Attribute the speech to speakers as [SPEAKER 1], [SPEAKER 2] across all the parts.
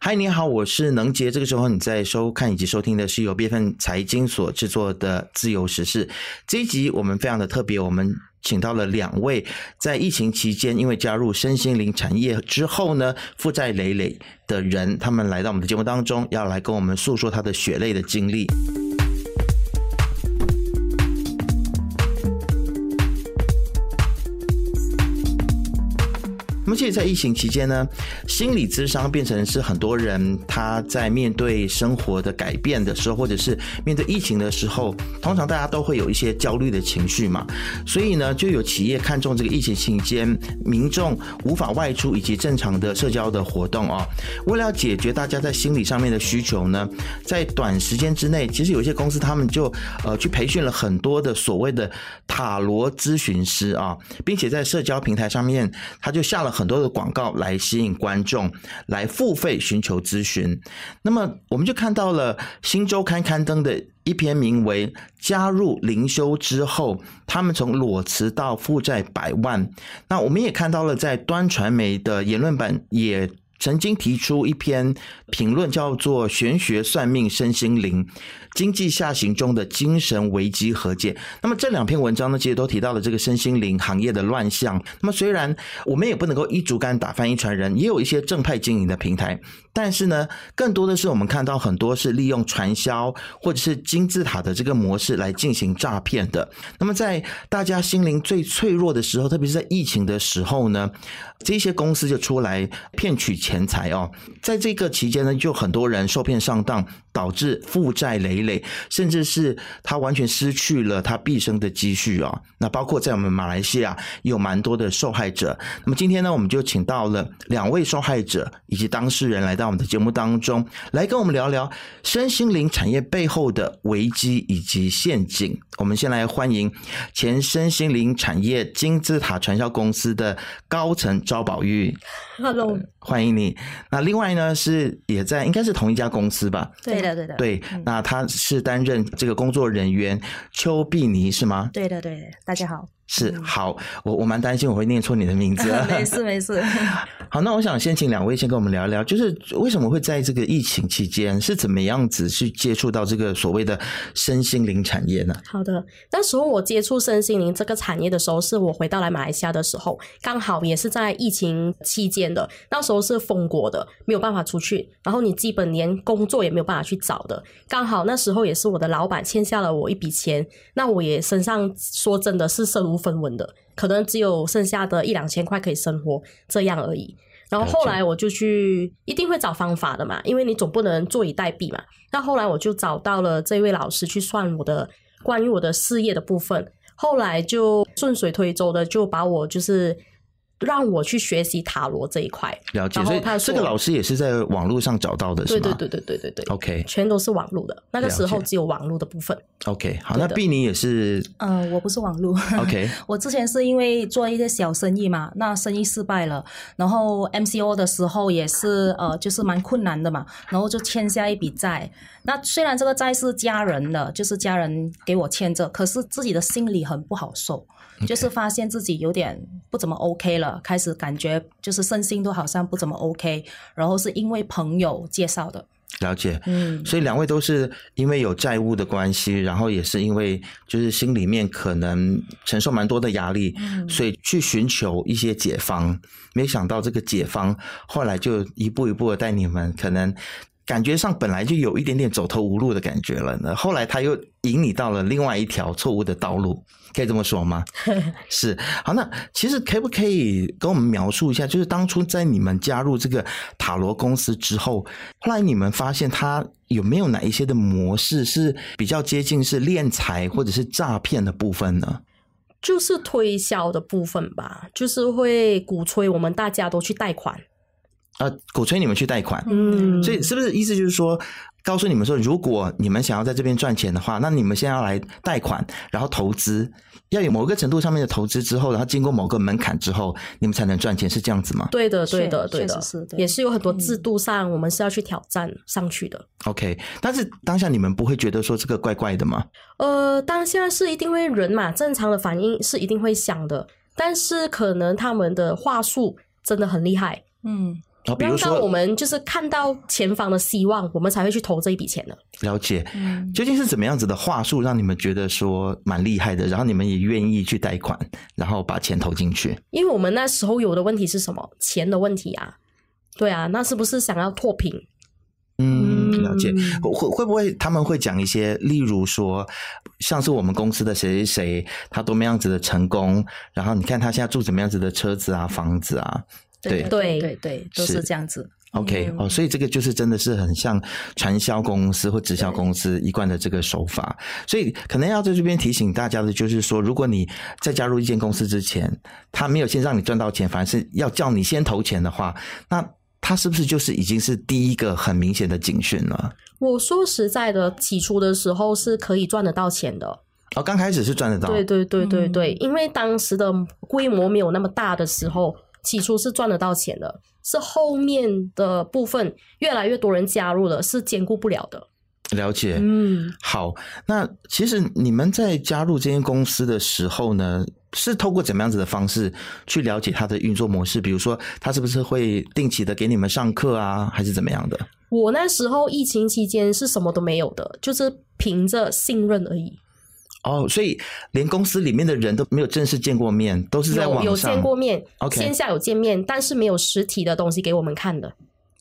[SPEAKER 1] 嗨，你好，我是能杰。这个时候你在收看以及收听的是由 B F 财经所制作的《自由时事》这一集，我们非常的特别，我们请到了两位在疫情期间因为加入身心灵产业之后呢，负债累累的人，他们来到我们的节目当中，要来跟我们诉说他的血泪的经历。那么，其实，在疫情期间呢，心理咨商变成是很多人他在面对生活的改变的时候，或者是面对疫情的时候，通常大家都会有一些焦虑的情绪嘛。所以呢，就有企业看中这个疫情期间民众无法外出以及正常的社交的活动哦。为了要解决大家在心理上面的需求呢，在短时间之内，其实有一些公司他们就呃去培训了很多的所谓的塔罗咨询师啊，并且在社交平台上面，他就下了很多的广告来吸引观众来付费寻求咨询。那么我们就看到了《新周刊》刊登的一篇名为《加入灵修之后，他们从裸辞到负债百万》。那我们也看到了，在端传媒的言论版也曾经提出一篇评论，叫做《玄学算命身心灵：经济下行中的精神危机和解》。那么这两篇文章呢，其实都提到了这个身心灵行业的乱象。那么虽然我们也不能够一竹竿打翻一船人，也有一些正派经营的平台，但是呢，更多的是我们看到很多是利用传销或者是金字塔的这个模式来进行诈骗的。那么在大家心灵最脆弱的时候，特别是在疫情的时候呢，这些公司就出来骗取钱财哦。在这个期间呢，就很多人受骗上当，导致负债累累，甚至是他完全失去了他毕生的积蓄哦。那包括在我们马来西亚也有蛮多的受害者。那么今天呢，我们就请到了两位受害者以及当事人来到我们的节目当中，来跟我们聊聊身心灵产业背后的危机以及陷阱。我们先来欢迎前身心灵产业金字塔传销公司的高层招宝玉，
[SPEAKER 2] Hello，
[SPEAKER 1] 欢迎你。那另外呢是也在应该是同一家公司吧？
[SPEAKER 2] 对
[SPEAKER 3] 对
[SPEAKER 2] 的
[SPEAKER 3] 的，对的，
[SPEAKER 1] 对，那他是担任这个工作人员邱碧妮是吗？
[SPEAKER 3] 对的，对的。大家好，
[SPEAKER 2] 嗯
[SPEAKER 1] 是，好，我我蛮担心我会念错你的名 字。
[SPEAKER 3] 没事没事。
[SPEAKER 1] 好，那我想先请两位先跟我们聊一聊，就是为什么会在这个疫情期间是怎么样子去接触到这个所谓的身心灵产业呢？
[SPEAKER 2] 好的。那时候我接触身心灵这个产业的时候，是我回到来马来西亚的时候，刚好也是在疫情期间的，那时候是封国的，没有办法出去，然后你基本连工作也没有办法去找的。刚好那时候也是我的老板欠下了我一笔钱，那我也身上说真的是身无分文的，可能只有剩下的一两千块可以生活这样而已。然后后来我就去，一定会找方法的嘛，因为你总不能坐以待毙嘛。那后来我就找到了这位老师去算我的关于我的事业的部分，后来就顺水推舟的就把我就是让我去学习塔罗这一块。
[SPEAKER 1] 了解，
[SPEAKER 2] 然后
[SPEAKER 1] 所以
[SPEAKER 2] 他
[SPEAKER 1] 这
[SPEAKER 2] 说
[SPEAKER 1] 个老师也是在网络上找到的，是
[SPEAKER 2] 对
[SPEAKER 1] 吗？
[SPEAKER 2] 对对对对对对
[SPEAKER 1] OK
[SPEAKER 2] 全都是网络的。那个时候
[SPEAKER 1] 了解
[SPEAKER 2] 只有网络的部分。
[SPEAKER 1] OK，好，
[SPEAKER 2] 对
[SPEAKER 1] 那
[SPEAKER 2] 的
[SPEAKER 1] 碧妮也是
[SPEAKER 3] 嗯、我不是网路。
[SPEAKER 1] OK，
[SPEAKER 3] 我之前是因为做一些小生意嘛，那生意失败了，然后 MCO 的时候也是呃，就是蛮困难的嘛，然后就欠下一笔债。那虽然这个债是家人的，就是家人给我欠着，可是自己的心里很不好受，就是发现自己有点不怎么 OK 了，开始感觉就是身心都好像不怎么 OK，然后是因为朋友介绍的，
[SPEAKER 1] 了解。
[SPEAKER 3] 嗯。
[SPEAKER 1] 所以两位都是因为有债务的关系，然后也是因为就是心里面可能承受蛮多的压力，所以去寻求一些解方。没想到这个解方后来就一步一步的带你们，可能感觉上本来就有一点点走投无路的感觉了呢。后来他又引你到了另外一条错误的道路，可以这么说吗？是。好，那其实可不可以跟我们描述一下，就是当初在你们加入这个塔罗公司之后，后来你们发现它有没有哪一些的模式是比较接近是敛财或者是诈骗的部分呢？
[SPEAKER 2] 就是推销的部分吧，就是会鼓吹我们大家都去贷款，
[SPEAKER 1] 呃，鼓吹你们去贷款，
[SPEAKER 2] 嗯，
[SPEAKER 1] 所以是不是意思就是说，告诉你们说，如果你们想要在这边赚钱的话，那你们先要来贷款，然后投资，要有某个程度上面的投资之后，然后经过某个门槛之后，你们才能赚钱，是这样子吗
[SPEAKER 2] 对的，对
[SPEAKER 3] 确
[SPEAKER 2] 的，对
[SPEAKER 3] 确
[SPEAKER 2] 的，
[SPEAKER 3] 实是对
[SPEAKER 2] 也是有很多制度上我们是要去挑战上去的。
[SPEAKER 1] ？OK，但是当下你们不会觉得说这个怪怪的吗？
[SPEAKER 3] 嗯
[SPEAKER 2] 呃，当下是一定会人嘛，正常的反应是一定会想的，但是可能他们的话术真的很厉害，
[SPEAKER 3] 嗯
[SPEAKER 1] 然哦后比如
[SPEAKER 2] 让到我
[SPEAKER 1] 说，
[SPEAKER 2] 们就是看到前方的希望，我们才会去投这一笔钱的。
[SPEAKER 1] 了解
[SPEAKER 3] 嗯
[SPEAKER 1] 究竟是怎么样子的话术，让你们觉得说蛮厉害的，然后你们也愿意去贷款，然后把钱投进去。
[SPEAKER 2] 因为我们那时候有的问题是什么？钱的问题啊，对啊，那是不是想要脱贫？
[SPEAKER 1] 嗯，
[SPEAKER 2] 嗯
[SPEAKER 1] 了解。会会会不会他们会讲一些，例如说，像是我们公司的谁谁谁，他多么样子的成功，然后你看他现在住怎么样子的车子啊、房子啊。对
[SPEAKER 3] 对对对，都
[SPEAKER 1] 是
[SPEAKER 3] 是这样子。
[SPEAKER 1] OK，、
[SPEAKER 2] 嗯
[SPEAKER 1] 哦，所以这个就是真的是很像传销公司或直销公司一贯的这个手法，所以可能要在这边提醒大家的就是说，如果你在加入一间公司之前，他没有先让你赚到钱，反而是要叫你先投钱的话，那他是不是就是已经是第一个很明显的警讯了？
[SPEAKER 2] 我说实在的，起初的时候是可以赚得到钱的，
[SPEAKER 1] 哦，刚开始是赚得到，
[SPEAKER 2] 对对对对对，因为当时的规模没有那么大的时候，起初是赚得到钱的，是后面的部分越来越多人加入了，是兼顾不了的。
[SPEAKER 1] 了解。
[SPEAKER 2] 嗯，
[SPEAKER 1] 好，那其实你们在加入这间公司的时候呢，是透过怎么样子的方式去了解它的运作模式？比如说，它是不是会定期的给你们上课啊，还是怎么样的？
[SPEAKER 2] 我那时候疫情期间是什么都没有的，就是凭着信任而已。
[SPEAKER 1] 哦，所以连公司里面的人都没有正式见过面，都是在网
[SPEAKER 2] 有
[SPEAKER 1] 上
[SPEAKER 2] 有见过面
[SPEAKER 1] OK
[SPEAKER 2] 线下有见面，但是没有实体的东西给我们看的。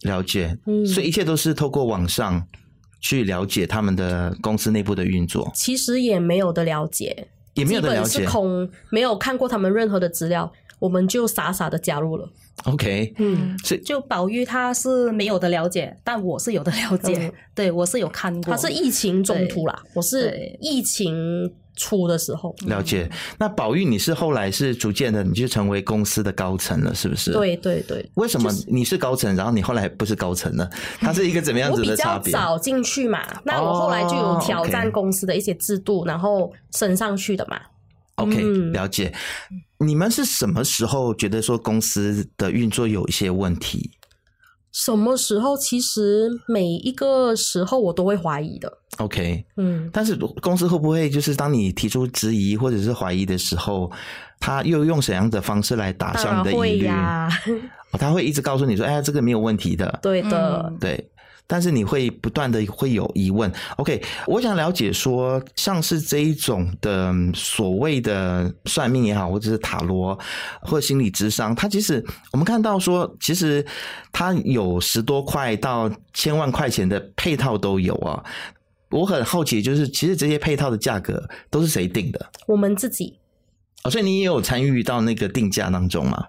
[SPEAKER 1] 了解，
[SPEAKER 2] 嗯
[SPEAKER 1] 所以一切都是透过网上去了解他们的公司内部的运作，
[SPEAKER 2] 其实也没有的了解，
[SPEAKER 1] 也没有的了
[SPEAKER 2] 基
[SPEAKER 1] 解
[SPEAKER 2] 本是。空，没有看过他们任何的资料，我们就傻傻的加入了。
[SPEAKER 1] OK，
[SPEAKER 2] 嗯，
[SPEAKER 1] 所以
[SPEAKER 3] 就宝玉他是没有的了解，但我是有的了解，
[SPEAKER 2] 嗯
[SPEAKER 3] 对我是有看过。
[SPEAKER 2] 他是疫情中途啦，我是
[SPEAKER 3] 对
[SPEAKER 2] 疫情初的时候。
[SPEAKER 1] 了解。
[SPEAKER 2] 嗯
[SPEAKER 1] 那宝玉，你是后来是逐渐的，你就成为公司的高层了，是不是？。
[SPEAKER 2] 对对对，
[SPEAKER 1] 为什么你是高层，然后你后来不是高层 呢？它是一个怎么样
[SPEAKER 2] 我
[SPEAKER 1] 子
[SPEAKER 2] 比
[SPEAKER 1] 的差
[SPEAKER 2] 较
[SPEAKER 1] 别？
[SPEAKER 2] 早进去嘛，那我后来就有挑战
[SPEAKER 1] OK
[SPEAKER 2] 公司的一些制度，然后升上去的嘛。
[SPEAKER 1] OK，
[SPEAKER 2] 嗯
[SPEAKER 1] 了解。你们是什么时候觉得说公司的运作有一些问题？
[SPEAKER 2] 什么时候？其实每一个时候我都会怀疑的。
[SPEAKER 1] OK，
[SPEAKER 2] 嗯，
[SPEAKER 1] 但是公司会不会就是当你提出质疑或者是怀疑的时候，他又用怎样的方式来打消你
[SPEAKER 2] 当
[SPEAKER 1] 的
[SPEAKER 2] 然
[SPEAKER 1] 疑
[SPEAKER 2] 会
[SPEAKER 1] 虑？
[SPEAKER 2] 呀，
[SPEAKER 1] 哦他会一直告诉你说：“哎呀，这个没有问题的。”
[SPEAKER 2] 对的。
[SPEAKER 3] 嗯
[SPEAKER 1] 对，但是你会不断的会有疑问。OK，我想了解说，像是这一种的嗯所谓的算命也好，或者是塔罗或心理智商，它其实我们看到说，其实它有十多块到千万块钱的配套都有啊。我很好奇，就是其实这些配套的价格都是谁定的？
[SPEAKER 2] 我们自己
[SPEAKER 1] 哦，所以你也有参与到那个定价当中嘛？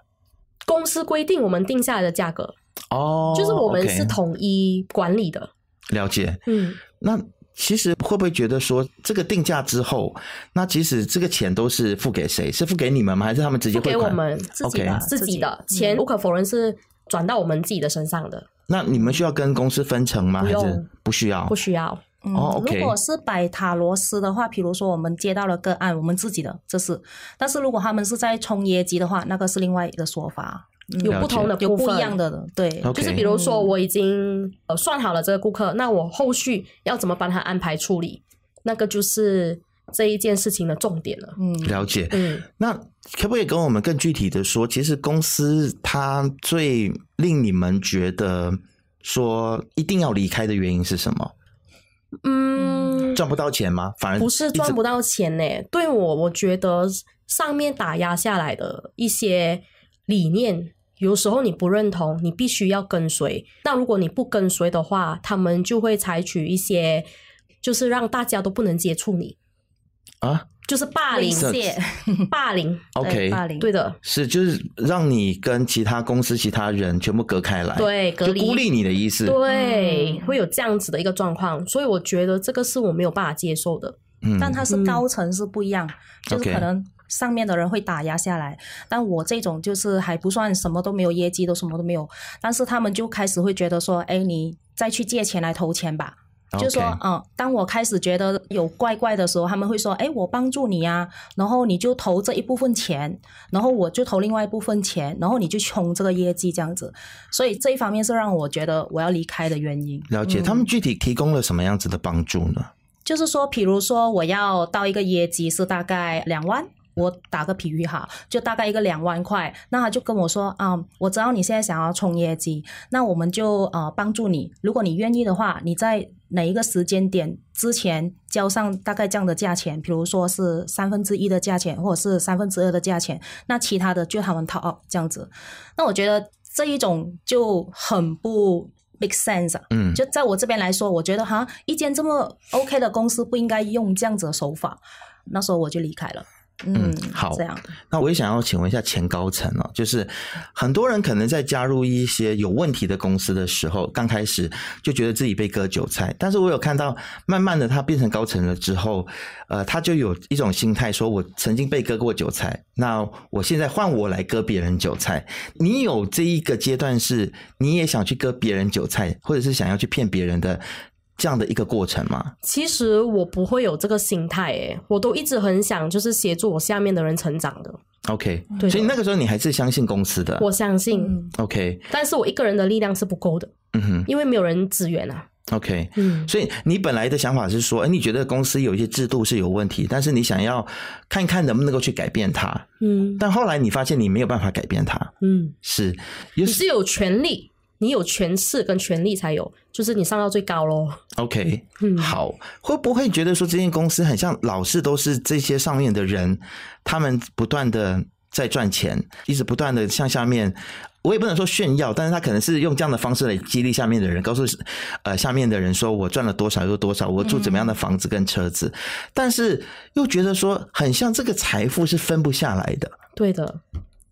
[SPEAKER 2] 公司规定我们定下来的价格，
[SPEAKER 1] 哦，
[SPEAKER 2] 就是我们
[SPEAKER 1] OK，
[SPEAKER 2] 是统一管理的。
[SPEAKER 1] 了解，
[SPEAKER 2] 嗯，
[SPEAKER 1] 那其实会不会觉得说，这个定价之后，那其实这个钱都是付给谁？是付给你们吗？还是他们直接
[SPEAKER 2] 不
[SPEAKER 1] 汇
[SPEAKER 2] 给我
[SPEAKER 1] 款？
[SPEAKER 2] 们
[SPEAKER 3] 自己
[SPEAKER 1] OK
[SPEAKER 3] 的
[SPEAKER 2] 自己的
[SPEAKER 3] 嗯
[SPEAKER 2] 钱，无可否认是转到我们自己的身上的，
[SPEAKER 1] 那你们需要跟公司分成吗？
[SPEAKER 2] 不
[SPEAKER 1] 还
[SPEAKER 2] 用
[SPEAKER 1] 是不需要？
[SPEAKER 2] 不需要。
[SPEAKER 3] 嗯
[SPEAKER 1] 哦，OK
[SPEAKER 3] 如果是摆塔罗斯的话，比如说我们接到了个案，我们自己的这是；但是如果他们是在冲业绩的话，那个是另外一个说法，嗯
[SPEAKER 2] 有
[SPEAKER 1] 了
[SPEAKER 2] 不
[SPEAKER 1] 解
[SPEAKER 2] 同的
[SPEAKER 3] 有
[SPEAKER 2] 部
[SPEAKER 3] 不
[SPEAKER 2] 分
[SPEAKER 3] 一样。的对。
[SPEAKER 1] OK
[SPEAKER 2] 就是比如说，我已经呃算好了这个顾客，那我后续要怎么帮他安排处理，那个就是这一件事情的重点了。
[SPEAKER 3] 嗯，
[SPEAKER 1] 了解。
[SPEAKER 2] 嗯，
[SPEAKER 1] 那可不可以跟我们更具体的说，其实公司它最令你们觉得说一定要离开的原因是什么？
[SPEAKER 2] 嗯，
[SPEAKER 1] 赚不到钱吗？反而
[SPEAKER 2] 不是赚不到钱呢、对我，我觉得上面打压下来的一些理念，有时候你不认同，你必须要跟随。那如果你不跟随的话，他们就会采取一些，就是让大家都不能接触你，
[SPEAKER 1] 啊
[SPEAKER 2] 就是霸
[SPEAKER 3] 猥
[SPEAKER 2] 凌，
[SPEAKER 3] 亵，
[SPEAKER 2] 呃霸凌，
[SPEAKER 1] ？OK，
[SPEAKER 3] 对霸凌，
[SPEAKER 2] 对的，
[SPEAKER 1] 是就是让你跟其他公司、其他人全部隔开来，，
[SPEAKER 2] 对，隔
[SPEAKER 1] 哎就
[SPEAKER 2] 离，
[SPEAKER 1] 孤立你的意思。
[SPEAKER 2] 对，
[SPEAKER 3] 嗯
[SPEAKER 2] 会有这样子的一个状况，所以我觉得这个是我没有办法接受的。
[SPEAKER 1] 嗯
[SPEAKER 3] 但它是高层是不一样，就是
[SPEAKER 1] OK
[SPEAKER 3] 可能上面的人会打压下来，但我这种就是还不算什么都没有业绩，都什么都没有，但是他们就开始会觉得说，哎，你再去借钱来投钱吧。就说
[SPEAKER 1] OK
[SPEAKER 3] 嗯，当我开始觉得有怪怪的时候，他们会说：“哎，我帮助你呀、然后你就投这一部分钱，然后我就投另外一部分钱，然后你就冲这个业绩这样子。”所以这一方面是让我觉得我要离开的原因。
[SPEAKER 1] 了解，他们具体提供了什么样子的帮助呢？
[SPEAKER 3] 就是说，比如说我要到一个业绩是大概两万，我打个比喻哈，就大概一个两万块，那他就跟我说啊、我知道你现在想要冲业绩，那我们就呃帮助你，如果你愿意的话，你在哪一个时间点之前交上大概这样的价钱，比如说是三分之一的价钱，或者是三分之二的价钱，那其他的就他们 top up 这样子。那我觉得这一种就很不 make sense 啊。
[SPEAKER 1] 嗯，
[SPEAKER 3] 就在我这边来说，我觉得哈，一间这么 OK 的公司不应该用这样子的手法。那时候我就离开了。嗯，
[SPEAKER 1] 嗯好
[SPEAKER 3] 这样
[SPEAKER 1] 那我也想要请问一下前高层哦，就是很多人可能在加入一些有问题的公司的时候，刚开始就觉得自己被割韭菜，但是我有看到，慢慢的他变成高层了之后，呃，他就有一种心态，说我曾经被割过韭菜，那我现在换我来割别人韭菜。你有这一个阶段是你也想去割别人韭菜，或者是想要去骗别人的这样的一个过程吗？
[SPEAKER 2] 其实我不会有这个心态，诶，我都一直很想就是协助我下面的人成长的，
[SPEAKER 1] OK，
[SPEAKER 2] 对
[SPEAKER 1] 所以那个时候你还是相信公司的。
[SPEAKER 2] 我相信。
[SPEAKER 3] 嗯
[SPEAKER 1] OK，
[SPEAKER 2] 但是我一个人的力量是不够的，
[SPEAKER 1] 嗯哼
[SPEAKER 2] 因为没有人支援啊。
[SPEAKER 1] ，OK。
[SPEAKER 2] 嗯，
[SPEAKER 1] 所以你本来的想法是说，哎，你觉得公司有一些制度是有问题，但是你想要看看能不能够去改变它。
[SPEAKER 2] 嗯
[SPEAKER 1] 但后来你发现你没有办法改变它，
[SPEAKER 2] 嗯，
[SPEAKER 1] 是，就
[SPEAKER 2] 你是有权利，你有权势跟权利才有，就是你上到最高喽。
[SPEAKER 1] OK，
[SPEAKER 2] 嗯，
[SPEAKER 1] 好，会不会觉得说这间公司很像老是都是这些上面的人，他们不断的在赚钱，一直不断的向下面，我也不能说炫耀，但是他可能是用这样的方式来激励下面的人，告诉呃下面的人说我赚了多少又多少，我住怎么样的房子跟车子，但是又觉得说很像这个财富是分不下来的，
[SPEAKER 2] 对的，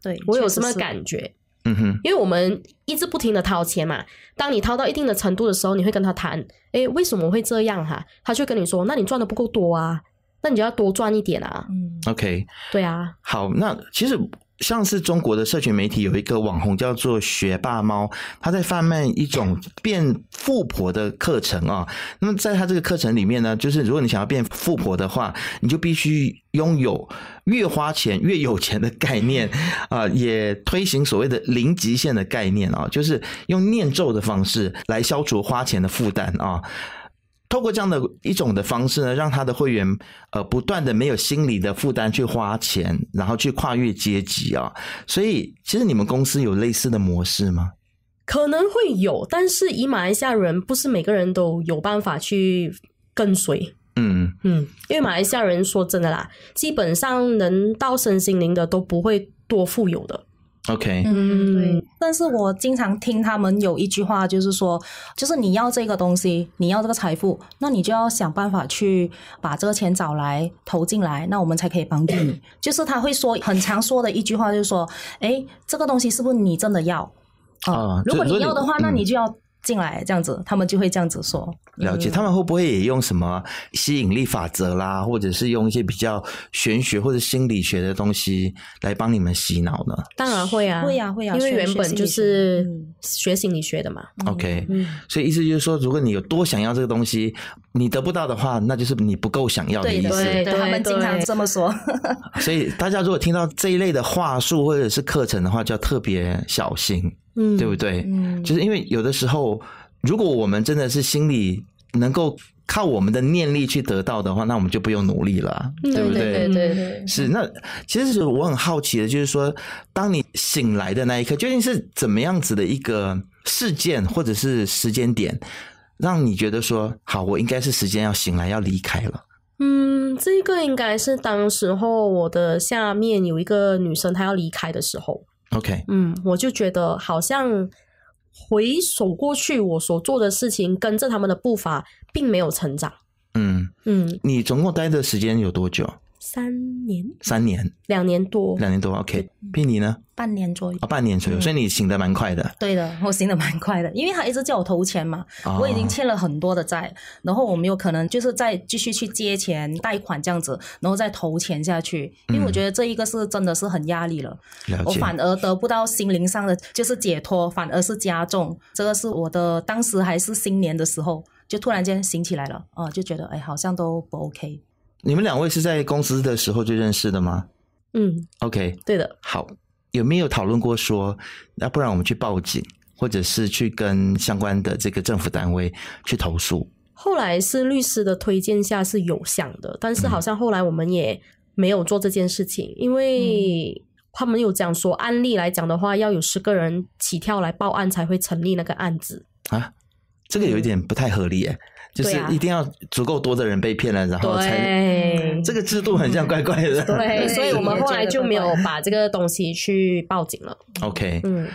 [SPEAKER 3] 对
[SPEAKER 2] 我有
[SPEAKER 3] 确实
[SPEAKER 2] 这么
[SPEAKER 3] 是
[SPEAKER 2] 感觉，
[SPEAKER 1] 嗯哼，
[SPEAKER 2] 因为我们一直不停的掏钱嘛。当你掏到一定的程度的时候，你会跟他谈，诶，为什么会这样哈、他就跟你说，那你赚的不够多啊，那你就要多赚一点啊。
[SPEAKER 3] 嗯
[SPEAKER 1] OK，
[SPEAKER 2] 对啊，
[SPEAKER 1] 好，那其实像是中国的社群媒体有一个网红叫做学霸猫，他在贩卖一种变富婆的课程啊、那么在他这个课程里面呢，就是如果你想要变富婆的话，你就必须拥有越花钱越有钱的概念啊、也推行所谓的零极限的概念啊、就是用念咒的方式来消除花钱的负担啊、透过这样的一种的方式呢，让他的会员呃不断的没有心理的负担去花钱，然后去跨越阶级啊、所以其实你们公司有类似的模式吗？
[SPEAKER 2] 可能会有，但是以马来西亚人，不是每个人都有办法去跟随。
[SPEAKER 1] 嗯
[SPEAKER 2] 嗯，因为马来西亚人说真的啦，基本上能到身心灵的都不会多富有的。
[SPEAKER 1] ，OK，
[SPEAKER 3] 嗯，
[SPEAKER 2] 嗯
[SPEAKER 3] 对。但是我经常听他们有一句话，就是说，就是你要这个东西，你要这个财富，那你就要想办法去把这个钱找来投进来，那我们才可以帮助你。 就是他会说很常说的一句话，就是说，哎，这个东西是不是你真的要？
[SPEAKER 1] 啊
[SPEAKER 3] 嗯哦如果
[SPEAKER 1] 就如果
[SPEAKER 3] 你
[SPEAKER 1] 你
[SPEAKER 3] 要的话，那
[SPEAKER 1] 嗯
[SPEAKER 3] 你就要进来，这样子，他们就会这样子说。嗯
[SPEAKER 1] 了
[SPEAKER 2] 嗯
[SPEAKER 1] 解，他们会不会也用什么吸引力法则啦，或者是用一些比较玄学或者心理学的东西来帮你们洗脑呢、
[SPEAKER 2] 当然会啊，
[SPEAKER 3] 会啊会啊
[SPEAKER 2] 因为
[SPEAKER 3] 学
[SPEAKER 2] 原
[SPEAKER 3] 学
[SPEAKER 2] 本
[SPEAKER 3] 心
[SPEAKER 2] 就
[SPEAKER 3] 理学
[SPEAKER 2] 是
[SPEAKER 3] 嗯
[SPEAKER 2] 学心理学的嘛。
[SPEAKER 1] o k
[SPEAKER 2] 嗯，
[SPEAKER 1] 所以意思就是说，如果你有多想要这个东西，你得不到的话，那就是你不够想要的
[SPEAKER 3] 对
[SPEAKER 1] 意思。
[SPEAKER 3] 的，对
[SPEAKER 2] 对
[SPEAKER 3] 的，他们
[SPEAKER 2] 对
[SPEAKER 3] 经常这么说。
[SPEAKER 1] 所以大家如果听到这一类的话术或者是课程的话，就要特别小心，
[SPEAKER 2] 嗯
[SPEAKER 1] 对不对？
[SPEAKER 3] 嗯
[SPEAKER 1] 就是因为有的时候，如果我们真的是心里能够靠我们的念力去得到的话，那我们就不用努力了啊，对不
[SPEAKER 2] 嗯对对对，
[SPEAKER 3] 嗯
[SPEAKER 1] 是，那其实我很好奇的，就是说，当你醒来的那一刻，究竟是怎么样子的一个事件或者是时间点，让你觉得说，好，我应该是时间要醒来，要离开了。
[SPEAKER 2] 嗯，这个应该是当时候我的下面有一个女生，她要离开的时候，
[SPEAKER 1] OK，
[SPEAKER 2] 嗯，我就觉得好像回首过去我所做的事情，跟着他们的步伐，并没有成长。
[SPEAKER 1] 嗯，
[SPEAKER 2] 嗯，
[SPEAKER 1] 你总共待的时间有多久？
[SPEAKER 2] 三年，
[SPEAKER 1] 三年，
[SPEAKER 2] 两年多，
[SPEAKER 1] 两年多。OK，聘你呢？
[SPEAKER 3] 半年左右
[SPEAKER 1] 啊、，半年左右，
[SPEAKER 3] 嗯
[SPEAKER 1] 所以你醒得蛮快的。
[SPEAKER 3] 对的，我醒的蛮快的，因为他一直叫我投钱嘛，
[SPEAKER 1] 哦
[SPEAKER 3] 我已经欠了很多的债，然后我没有可能就是再继续去借钱、贷款这样子，然后再投钱下去，因
[SPEAKER 1] 嗯
[SPEAKER 3] 为我觉得这一个是真的是很压力了，
[SPEAKER 1] 了
[SPEAKER 3] 我
[SPEAKER 1] 解。
[SPEAKER 3] 反而得不到心灵上的就是解脱，反而是加重。这个是我的当时还是新年的时候，就突然间醒起来了，啊、就觉得哎好像都不 OK。
[SPEAKER 1] 你们两位是在公司的时候就认识的吗
[SPEAKER 2] 嗯，
[SPEAKER 1] ？OK，
[SPEAKER 2] 对的，
[SPEAKER 1] 好，有没有讨论过说，那不然我们去报警，或者是去跟相关的这个政府单位去投诉？
[SPEAKER 2] 后来是律师的推荐下是有想的，但是好像后来我们也没有做这件事情，因为他们有讲说，案例来讲的话，要有十个人起跳来报案才会成立那个案子。
[SPEAKER 1] 啊，这个有一点不太合理耶，就是
[SPEAKER 2] 嗯对啊
[SPEAKER 1] 一定要足够多的人被骗了，然后才
[SPEAKER 2] 对，
[SPEAKER 1] 这个制度很像怪怪的。
[SPEAKER 2] 对，所以我们后来就没有
[SPEAKER 3] 也觉得怪怪
[SPEAKER 2] 把这个东西去报警了。
[SPEAKER 1] OK，
[SPEAKER 2] 嗯，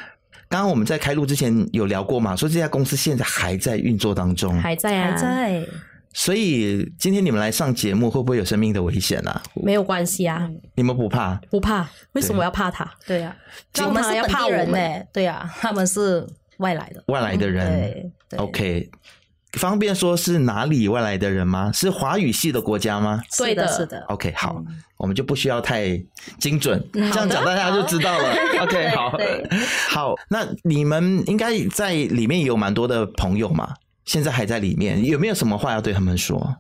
[SPEAKER 1] 刚刚我们在开录之前有聊过嘛，说这家公司现在还在运作当中，
[SPEAKER 2] 还在啊，
[SPEAKER 3] 还在，
[SPEAKER 1] 所以今天你们来上节目会不会有生命的危险啊？
[SPEAKER 2] 没有关系啊，
[SPEAKER 1] 你们不怕？
[SPEAKER 2] 不怕。为什么要怕他？
[SPEAKER 3] 对啊呀、
[SPEAKER 2] 就
[SPEAKER 3] 那我们
[SPEAKER 2] 他
[SPEAKER 3] 是
[SPEAKER 2] 要
[SPEAKER 3] 本
[SPEAKER 2] 怕
[SPEAKER 3] 地
[SPEAKER 2] 我
[SPEAKER 3] 人
[SPEAKER 2] 们
[SPEAKER 3] 呢，对呀、他们是外来的。
[SPEAKER 1] 外来的
[SPEAKER 2] 嗯
[SPEAKER 1] 人、
[SPEAKER 3] 对对
[SPEAKER 1] o k 方便说是哪里外来的人吗？是华语系的国家吗
[SPEAKER 3] 是
[SPEAKER 2] 对的
[SPEAKER 3] 的，是的。
[SPEAKER 1] ？OK，好，
[SPEAKER 3] 嗯
[SPEAKER 1] 我们就不需要太精准，这样讲大家就知道了。OK，好
[SPEAKER 3] 对，
[SPEAKER 1] 好，那你们应该在里面有蛮多的朋友嘛，现在还在里面，有没有什么话要对他们说？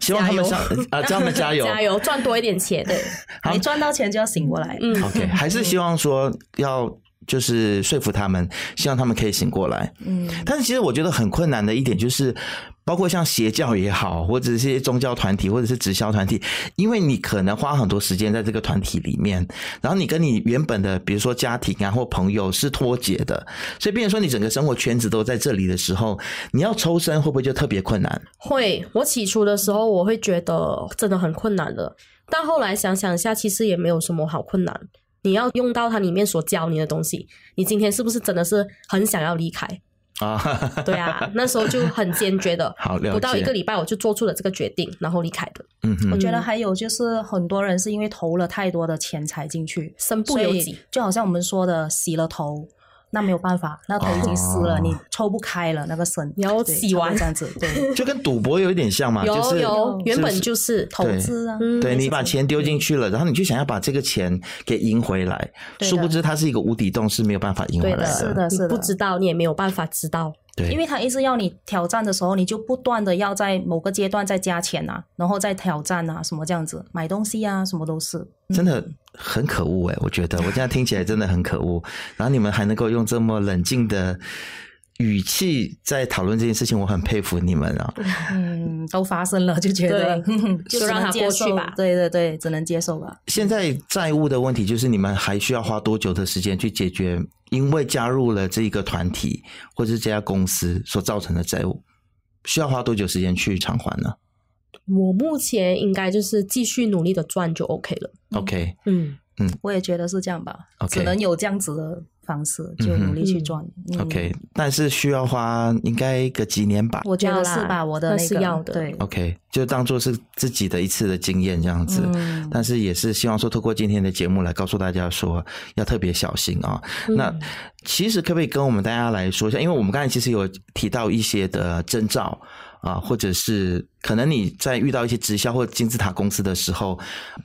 [SPEAKER 1] 希望他们
[SPEAKER 2] 加
[SPEAKER 1] 上啊，叫他们加油，
[SPEAKER 2] 加油，赚多一点钱。对，
[SPEAKER 1] 好
[SPEAKER 3] 你赚到钱就要醒过来。
[SPEAKER 2] 嗯，
[SPEAKER 1] OK，还是希望说要就是说服他们，希望他们可以醒过来。
[SPEAKER 3] 嗯，
[SPEAKER 1] 但是其实我觉得很困难的一点就是，包括像邪教也好，或者是一些宗教团体，或者是直销团体，因为你可能花很多时间在这个团体里面，然后你跟你原本的比如说家庭啊或朋友是脱节的，所以变成说你整个生活圈子都在这里的时候，你要抽身会不会就特别困难？
[SPEAKER 2] 会。我起初的时候，我会觉得真的很困难的，但后来想想一下，其实也没有什么好困难。你要用到它里面所教你的东西，你今天是不是真的是很想要离开？
[SPEAKER 1] 啊，，
[SPEAKER 2] 对啊，那时候就很坚决的
[SPEAKER 1] 好 了解
[SPEAKER 2] 不到一个礼拜我就做出了这个决定，然后离开的，
[SPEAKER 1] 嗯
[SPEAKER 3] 我
[SPEAKER 1] 哼，
[SPEAKER 3] 觉得还有就是很多人是因为投了太多的钱财进去，
[SPEAKER 2] 身不
[SPEAKER 3] 所
[SPEAKER 2] 由
[SPEAKER 3] 以
[SPEAKER 2] 己。
[SPEAKER 3] 就好像我们说的洗了头，那没有办
[SPEAKER 2] 哦
[SPEAKER 3] 法，那头已经湿了，
[SPEAKER 1] 哦
[SPEAKER 3] 你抽不开了那个身，
[SPEAKER 2] 然后
[SPEAKER 3] 对
[SPEAKER 2] 洗完
[SPEAKER 3] 差不多这样子， 对，
[SPEAKER 1] 就跟赌博有一点像嘛，
[SPEAKER 2] 有
[SPEAKER 1] 啊就是
[SPEAKER 2] 有，原
[SPEAKER 1] 就
[SPEAKER 2] 本
[SPEAKER 1] 是
[SPEAKER 2] 就是
[SPEAKER 3] 投资啊，
[SPEAKER 2] 嗯
[SPEAKER 1] 对你把钱丢进去了，然后你就想要把这个钱给赢回来，
[SPEAKER 3] 对
[SPEAKER 1] 殊
[SPEAKER 3] 的
[SPEAKER 1] 不知它是一个无底洞，是没有办法赢回
[SPEAKER 2] 对
[SPEAKER 1] 来
[SPEAKER 2] 的，
[SPEAKER 3] 是的
[SPEAKER 2] 你不知道，你也没有办法知道。
[SPEAKER 1] 对，
[SPEAKER 3] 嗯因为他一直要你挑战的时候，你就不断的要在某个阶段再加钱啊，然后再挑战啊，什么这样子，买东西啊，什么都是。
[SPEAKER 1] 真的
[SPEAKER 3] 嗯
[SPEAKER 1] 很可恶哎、我觉得我现在听起来真的很可恶。然后你们还能够用这么冷静的语气在讨论这件事情，我很佩服你们啊。
[SPEAKER 3] 嗯，都发生了，嗯就觉得
[SPEAKER 2] 就让它
[SPEAKER 3] 只能接
[SPEAKER 2] 过去
[SPEAKER 3] 受
[SPEAKER 2] 吧
[SPEAKER 3] 对对对，只能接受吧。
[SPEAKER 1] 现在债务的问题就是你们还需要花多久的时间去解决？因为加入了这个团体或者是这家公司所造成的债务，需要花多久时间去偿还呢
[SPEAKER 2] 我目前应该就是继续努力的赚就 OK 了。
[SPEAKER 1] ？OK，
[SPEAKER 2] 嗯，
[SPEAKER 3] 我也觉得是这样吧
[SPEAKER 1] OK
[SPEAKER 3] 只能有这样子的方式，就努力去赚。嗯
[SPEAKER 1] OK，但是需要花应该个几年吧。
[SPEAKER 3] 我觉得是
[SPEAKER 2] 要啦
[SPEAKER 3] 吧？我的
[SPEAKER 2] 那
[SPEAKER 3] 个
[SPEAKER 2] 是要的
[SPEAKER 3] 对，
[SPEAKER 1] OK，就当做是自己的一次的经验这样子。
[SPEAKER 3] 嗯，
[SPEAKER 1] 但是也是希望说，透过今天的节目来告诉大家说，要特别小心啊、
[SPEAKER 2] 嗯
[SPEAKER 1] 那其实可不可以跟我们大家来说一下？因为我们刚才其实有提到一些的征兆啊，或者是可能你在遇到一些直销或金字塔公司的时候，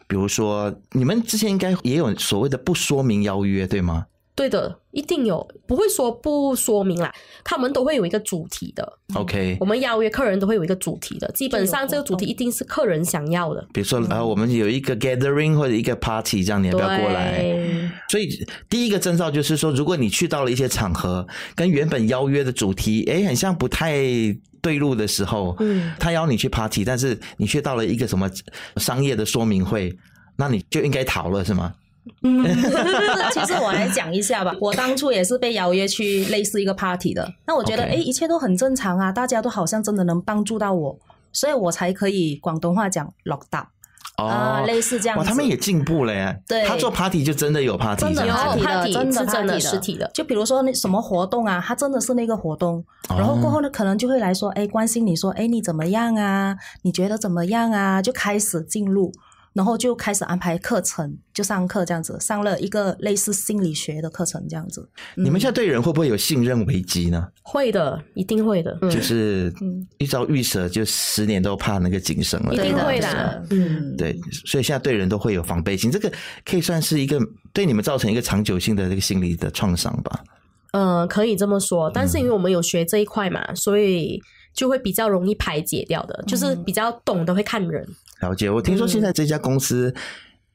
[SPEAKER 1] 比如说你们之前应该也有所谓的不说明邀约，对吗？
[SPEAKER 2] 对的，一定有，不会说不说明啦，他们都会有一个主题的。
[SPEAKER 1] OK，
[SPEAKER 2] 我们邀约客人都会有一个主题的，基本上这个主题一定是客人想要的。
[SPEAKER 1] 比如说呃，我们有一个 gathering 或者一个 party，这样你要
[SPEAKER 2] 对
[SPEAKER 1] 不要过来？所以第一个征兆就是说，如果你去到了一些场合，跟原本邀约的主题，诶，很像不太对路的时候，
[SPEAKER 2] 嗯，
[SPEAKER 1] 他邀你去 party，但是你却到了一个什么商业的说明会，那你就应该逃了，是吗？
[SPEAKER 3] 其实我来讲一下 吧，我当初也是被邀约去类似一个 party 的，那我觉得
[SPEAKER 1] OK
[SPEAKER 3] 哎一切都很正常啊，大家都好像真的能帮助到我，所以我才可以广东话讲 lock down
[SPEAKER 1] 哦，
[SPEAKER 3] 啊，类似这样
[SPEAKER 1] 哇，
[SPEAKER 3] 子。
[SPEAKER 1] 他们也进步了耶！
[SPEAKER 3] 对
[SPEAKER 1] 他做 party 就真的有 party，
[SPEAKER 3] 真的哦
[SPEAKER 1] 这样子
[SPEAKER 2] 有 party 的
[SPEAKER 3] 的，真的
[SPEAKER 2] 是真的
[SPEAKER 3] party
[SPEAKER 2] 实体的
[SPEAKER 3] 就比如说那什么活动啊，他真的是那个活动，
[SPEAKER 1] 哦
[SPEAKER 3] 然后过后呢，可能就会来说，哎，关心你说，哎，你怎么样啊？你觉得怎么样啊？就开始进入，然后就开始安排课程，就上课这样子，上了一个类似心理学的课程这样子。
[SPEAKER 1] 你们现在对人会不会有信任危机呢？
[SPEAKER 2] 会的，一定会的。嗯
[SPEAKER 1] 就是
[SPEAKER 3] 嗯
[SPEAKER 1] 一朝遇蛇，就十年都怕那个井绳了，
[SPEAKER 2] 一定
[SPEAKER 1] 对吧
[SPEAKER 2] 会
[SPEAKER 1] 就
[SPEAKER 2] 的
[SPEAKER 1] 是
[SPEAKER 2] 啦
[SPEAKER 3] 嗯，
[SPEAKER 1] 对，所以现在对人都会有防备心，这个可以算是一个对你们造成一个长久性的这个心理的创伤吧。
[SPEAKER 2] 呃，可以这么说，但是因为我们有学这一块嘛，所以就会比较容易排解掉的，就是
[SPEAKER 1] 嗯
[SPEAKER 2] 比较懂得会看人。
[SPEAKER 1] 了解，我听说现在
[SPEAKER 2] 嗯
[SPEAKER 1] 这家公司。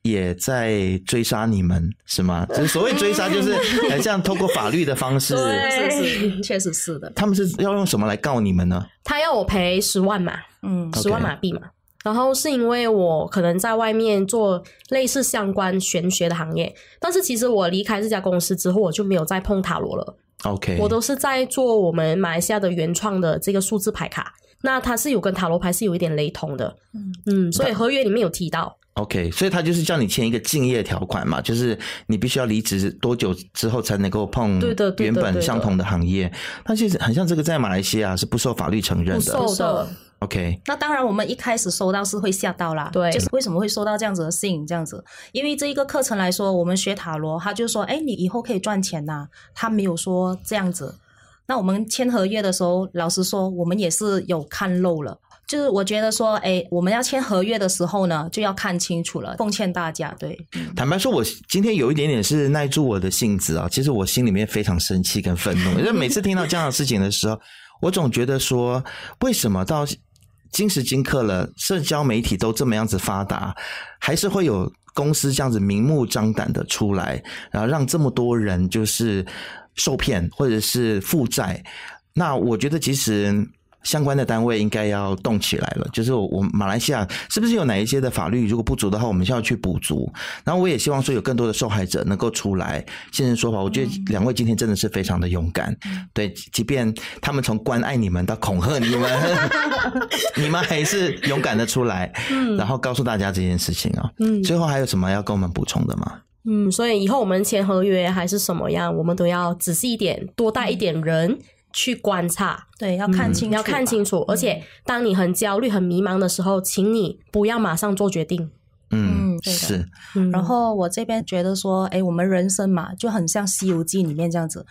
[SPEAKER 1] 也在追杀你们是吗？就是所谓追杀， 就是哎很像通过法律的方式。
[SPEAKER 3] 是是，确实是的。
[SPEAKER 1] 他们是要用什么来告你们呢？
[SPEAKER 2] 他要我赔十万嘛，
[SPEAKER 3] 嗯
[SPEAKER 1] OK
[SPEAKER 2] 十万马币嘛，然后是因为我可能在外面做类似相关玄学的行业，但是其实我离开这家公司之后，我就没有再碰塔罗了。
[SPEAKER 1] OK，
[SPEAKER 2] 我都是在做我们马来西亚的原创的这个数字牌卡，那它是有跟塔罗牌是有一点雷同的，
[SPEAKER 3] 嗯
[SPEAKER 2] 嗯，所以合约里面有提到，
[SPEAKER 1] OK，所以他就是叫你签一个敬业条款嘛，就是你必须要离职多久之后才能够碰
[SPEAKER 2] 对的对
[SPEAKER 1] 原
[SPEAKER 2] 的对
[SPEAKER 1] 本
[SPEAKER 2] 的
[SPEAKER 1] 相同的行业。那其实很像这个在马来西亚是不受法律承认
[SPEAKER 2] 不
[SPEAKER 1] 的。
[SPEAKER 2] 受的，
[SPEAKER 1] OK，
[SPEAKER 3] 那当然，我们一开始收到是会吓到啦，
[SPEAKER 2] 对
[SPEAKER 3] 就是为什么会收到这样子的信，这样子，因为这一个课程来说，我们学塔罗，他就说，哎，你以后可以赚钱呐、他没有说这样子。那我们签合约的时候，老实说，我们也是有看漏了。就是我觉得说，哎，我们要签合约的时候呢，就要看清楚了。奉劝大家，对，
[SPEAKER 1] 坦白说，我今天有一点点是耐住我的性子啊。其实我心里面非常生气跟愤怒，因为每次听到这样的事情的时候， 我总觉得说，为什么到今时今刻了，社交媒体都这么样子发达，还是会有公司这样子明目张胆的出来，然后让这么多人就是受骗或者是负债。那我觉得其实。相关的单位应该要动起来了，就是我我马来西亚是不是有哪一些的法律如果不足的话，我们需要去补足。然后我也希望说有更多的受害者能够出来现身说法。我觉
[SPEAKER 3] 嗯
[SPEAKER 1] 得两位今天真的是非常的勇敢，对，即便他们从关爱你们到恐吓你 们， 你们还是勇敢的出来，
[SPEAKER 3] 嗯
[SPEAKER 1] 然后告诉大家这件事情啊。
[SPEAKER 2] 嗯
[SPEAKER 1] 最后还有什么要跟我们补充的吗？
[SPEAKER 2] 嗯，所以以后我们签合约还是什么样，我们都要仔细一点，多带一点人去观察，
[SPEAKER 3] 对，要看清楚、啊嗯
[SPEAKER 2] 你嗯要看清
[SPEAKER 3] 楚。
[SPEAKER 2] 楚。而且当你很焦虑、很迷茫的时候，请你不要马上做决定。
[SPEAKER 1] 嗯，
[SPEAKER 3] 嗯对的
[SPEAKER 1] 是
[SPEAKER 2] 嗯
[SPEAKER 3] 然后我这边觉得说，哎，我们人生嘛，就很像《西游记》里面这样子，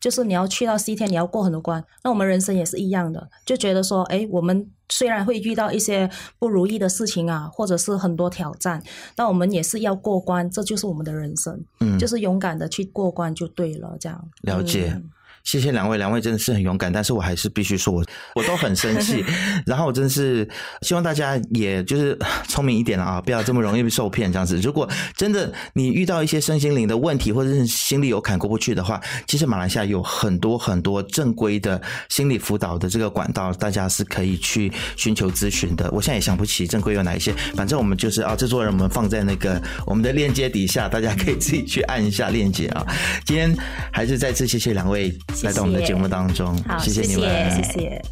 [SPEAKER 3] 就是你要去到西天，你要过很多关。那我们人生也是一样的，就觉得说，哎，我们虽然会遇到一些不如意的事情啊，或者是很多挑战，但我们也是要过关，这就是我们的人生，
[SPEAKER 1] 嗯
[SPEAKER 3] 就是勇敢的去过关就对了，这样。
[SPEAKER 1] 了解。
[SPEAKER 3] 嗯
[SPEAKER 1] 谢谢两位，两位真的是很勇敢，但是我还是必须说我，我都很生气。然后我真是希望大家也就是聪明一点啊， 不要这么容易被受骗这样子。如果真的你遇到一些身心灵的问题，或者是心里有坎过不去的话，其实马来西亚有很多很多正规的心理辅导的这个管道，大家是可以去寻求咨询的。我现在也想不起正规有哪一些，反正我们就是啊，制作人我们放在那个我们的链接底下，大家可以自己去按一下链接啊。今天还是再次谢谢两位
[SPEAKER 2] 谢
[SPEAKER 1] 来到我们的
[SPEAKER 2] 谢
[SPEAKER 1] 节目当中，
[SPEAKER 2] 好
[SPEAKER 1] 谢你
[SPEAKER 2] 谢
[SPEAKER 1] 们，
[SPEAKER 2] 谢
[SPEAKER 3] 嗯谢谢。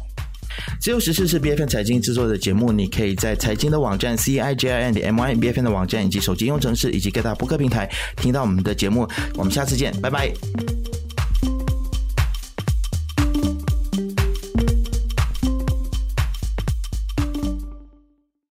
[SPEAKER 1] 自由时事是 B F N 财经制作的节目，你可以在财经的网站 C I J I N 的 M I B F N 的网站以及手机应用程式以及各大播客平台听到我们的节目。我们下次见，拜拜。